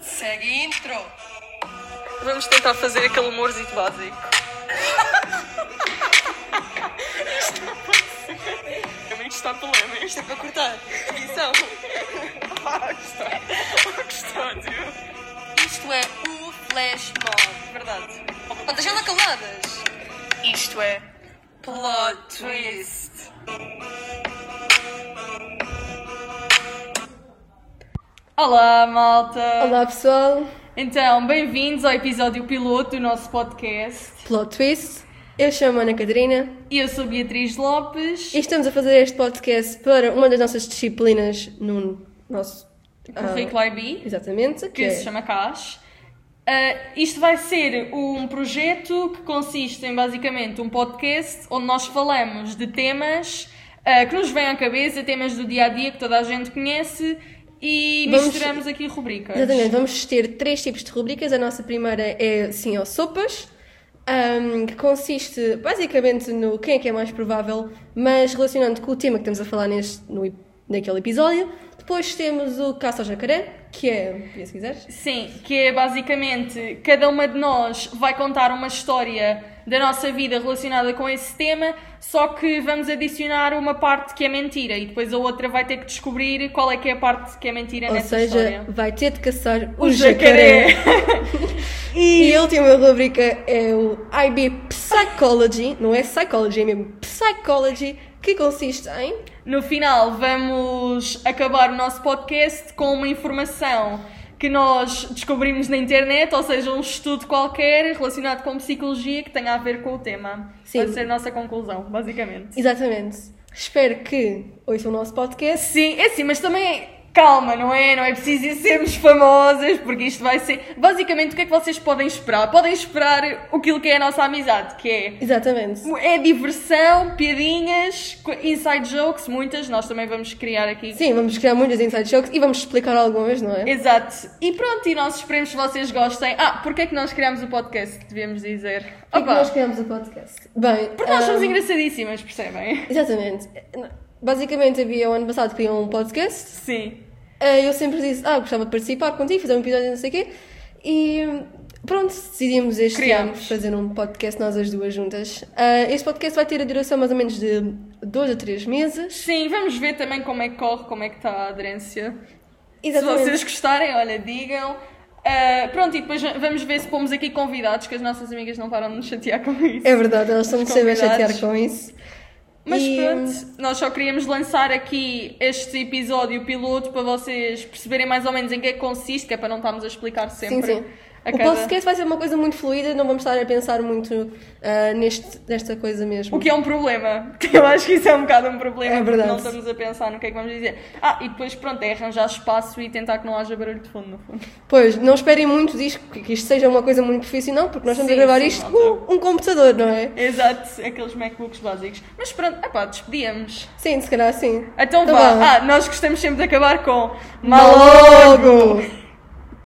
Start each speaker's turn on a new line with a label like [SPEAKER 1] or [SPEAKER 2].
[SPEAKER 1] Segue intro.
[SPEAKER 2] Vamos tentar fazer aquele humorzinho básico. Isto está problema, isto é para cortar. Edição. Custódio.
[SPEAKER 1] Isto é o Flash Mob.
[SPEAKER 2] Verdade.
[SPEAKER 1] Oh, deixa lá caladas.
[SPEAKER 2] Isto é.
[SPEAKER 1] Plot Twist.
[SPEAKER 3] Olá, malta!
[SPEAKER 4] Olá pessoal,
[SPEAKER 3] Então, bem-vindos ao episódio piloto do nosso podcast.
[SPEAKER 4] plot twist. Eu chamo Ana Catarina
[SPEAKER 3] Eu sou Beatriz Lopes.
[SPEAKER 4] e estamos a fazer este podcast para uma das nossas disciplinas no nosso ah,
[SPEAKER 3] Currículo IB,
[SPEAKER 4] exatamente, é
[SPEAKER 3] que se chama CAS. Ah, isto vai ser um projeto que consiste em basicamente um podcast onde nós falamos de temas ah, que nos vêm à cabeça, temas do dia a dia que toda a gente conhece e
[SPEAKER 4] Vamos-
[SPEAKER 3] misturamos aqui rubricas.
[SPEAKER 4] Exatamente, vamos ter três tipos de rubricas. A nossa primeira é sim ou sopas, ahm, que consiste basicamente no quem é que é mais provável, mas relacionando com o tema que estamos a falar neste, no, ep- naquele episódio. Depois temos o caça ao jacaré, que é, se quiseres.
[SPEAKER 3] Sim, que é basicamente cada uma de nós vai contar uma história da nossa vida relacionada com esse tema, só que vamos adicionar uma parte que é mentira e depois a outra vai ter que descobrir qual é que é a parte que é mentira
[SPEAKER 4] Ou
[SPEAKER 3] nessa
[SPEAKER 4] seja,
[SPEAKER 3] história.
[SPEAKER 4] vai ter de caçar o,
[SPEAKER 3] O
[SPEAKER 4] jacaré.
[SPEAKER 3] jacaré!
[SPEAKER 4] E a última rubrica é o IB Psychology, não é Psychology, é mesmo Psychology, que consiste em.
[SPEAKER 3] No final, vamos acabar o nosso podcast com uma informação que nós descobrimos na internet, ou seja, um estudo qualquer relacionado com psicologia que tenha a ver com o tema.
[SPEAKER 4] Sim.
[SPEAKER 3] Vai ser a nossa conclusão, basicamente.
[SPEAKER 4] Exatamente. Espero que ouçam o nosso podcast.
[SPEAKER 3] Sim, é assim, mas também calma, não é? Não é preciso ir sermos famosas, porque isto vai ser. Basicamente, o que é que vocês podem esperar? Podem esperar aquilo que é a nossa amizade, que é.
[SPEAKER 4] Exatamente.
[SPEAKER 3] É diversão, piadinhas, co- inside jokes, muitas, nós também vamos criar aqui.
[SPEAKER 4] Sim, vamos criar muitas inside jokes e vamos explicar algumas, não é?
[SPEAKER 3] Exato. E pronto, e nós esperemos que vocês gostem. Ah, porque é que nós criámos o podcast, devíamos dizer.
[SPEAKER 4] Por que
[SPEAKER 3] Opa,
[SPEAKER 4] nós criamos o podcast? Bem,
[SPEAKER 3] porque nós somos
[SPEAKER 4] ah,
[SPEAKER 3] engraçadíssimas, percebem?
[SPEAKER 4] Exatamente. Basicamente havia o ano passado que criam um podcast
[SPEAKER 3] Sim.
[SPEAKER 4] Eh, Eu sempre disse, ah, gostava de participar contigo, fazer um episódio, não sei o quê. E pronto, decidimos este
[SPEAKER 3] Criamos.
[SPEAKER 4] ano fazer um podcast nós as duas juntas. Eh, este podcast vai ter a duração mais ou menos de dois a três meses.
[SPEAKER 3] Sim, vamos ver também como é que corre, como é que está a aderência. Se
[SPEAKER 4] Exatamente.
[SPEAKER 3] vocês gostarem, olha, digam. Ah, pronto, e depois vamos ver se pomos aqui convidados, que as nossas amigas não param de nos chatear com isso.
[SPEAKER 4] É verdade, elas estão
[SPEAKER 3] Os
[SPEAKER 4] sempre a chatear
[SPEAKER 3] convidados.
[SPEAKER 4] com isso.
[SPEAKER 3] Mas
[SPEAKER 4] E-
[SPEAKER 3] pronto, nós só queríamos lançar aqui este episódio piloto para vocês perceberem mais ou menos em que é que consiste, que é para não estarmos a explicar
[SPEAKER 4] Sim,
[SPEAKER 3] sempre.
[SPEAKER 4] sim.
[SPEAKER 3] a
[SPEAKER 4] O
[SPEAKER 3] cada-
[SPEAKER 4] podcast vai ser uma coisa muito fluida, não vamos estar a pensar muito ah, neste, nesta coisa mesmo.
[SPEAKER 3] O que é um problema. Eu acho que isso é um bocado um problema.
[SPEAKER 4] É
[SPEAKER 3] porque
[SPEAKER 4] verdade.
[SPEAKER 3] Não estamos a pensar no que é que vamos dizer. Ah, e depois pronto, é arranjar espaço e tentar que não haja barulho de fundo, no fundo.
[SPEAKER 4] Pois, não esperem muito disto, que isto seja uma coisa muito profissional, porque nós estamos
[SPEAKER 3] Sim,
[SPEAKER 4] a gravar
[SPEAKER 3] sim,
[SPEAKER 4] isto
[SPEAKER 3] malta.
[SPEAKER 4] com um computador, não é?
[SPEAKER 3] Exato, aqueles MacBooks básicos. Mas pronto, epá, despedíamos.
[SPEAKER 4] Sim, se calhar sim.
[SPEAKER 3] Então
[SPEAKER 4] Tá
[SPEAKER 3] vá.
[SPEAKER 4] bom.
[SPEAKER 3] Ah, nós gostamos sempre de acabar com.
[SPEAKER 4] Malogo!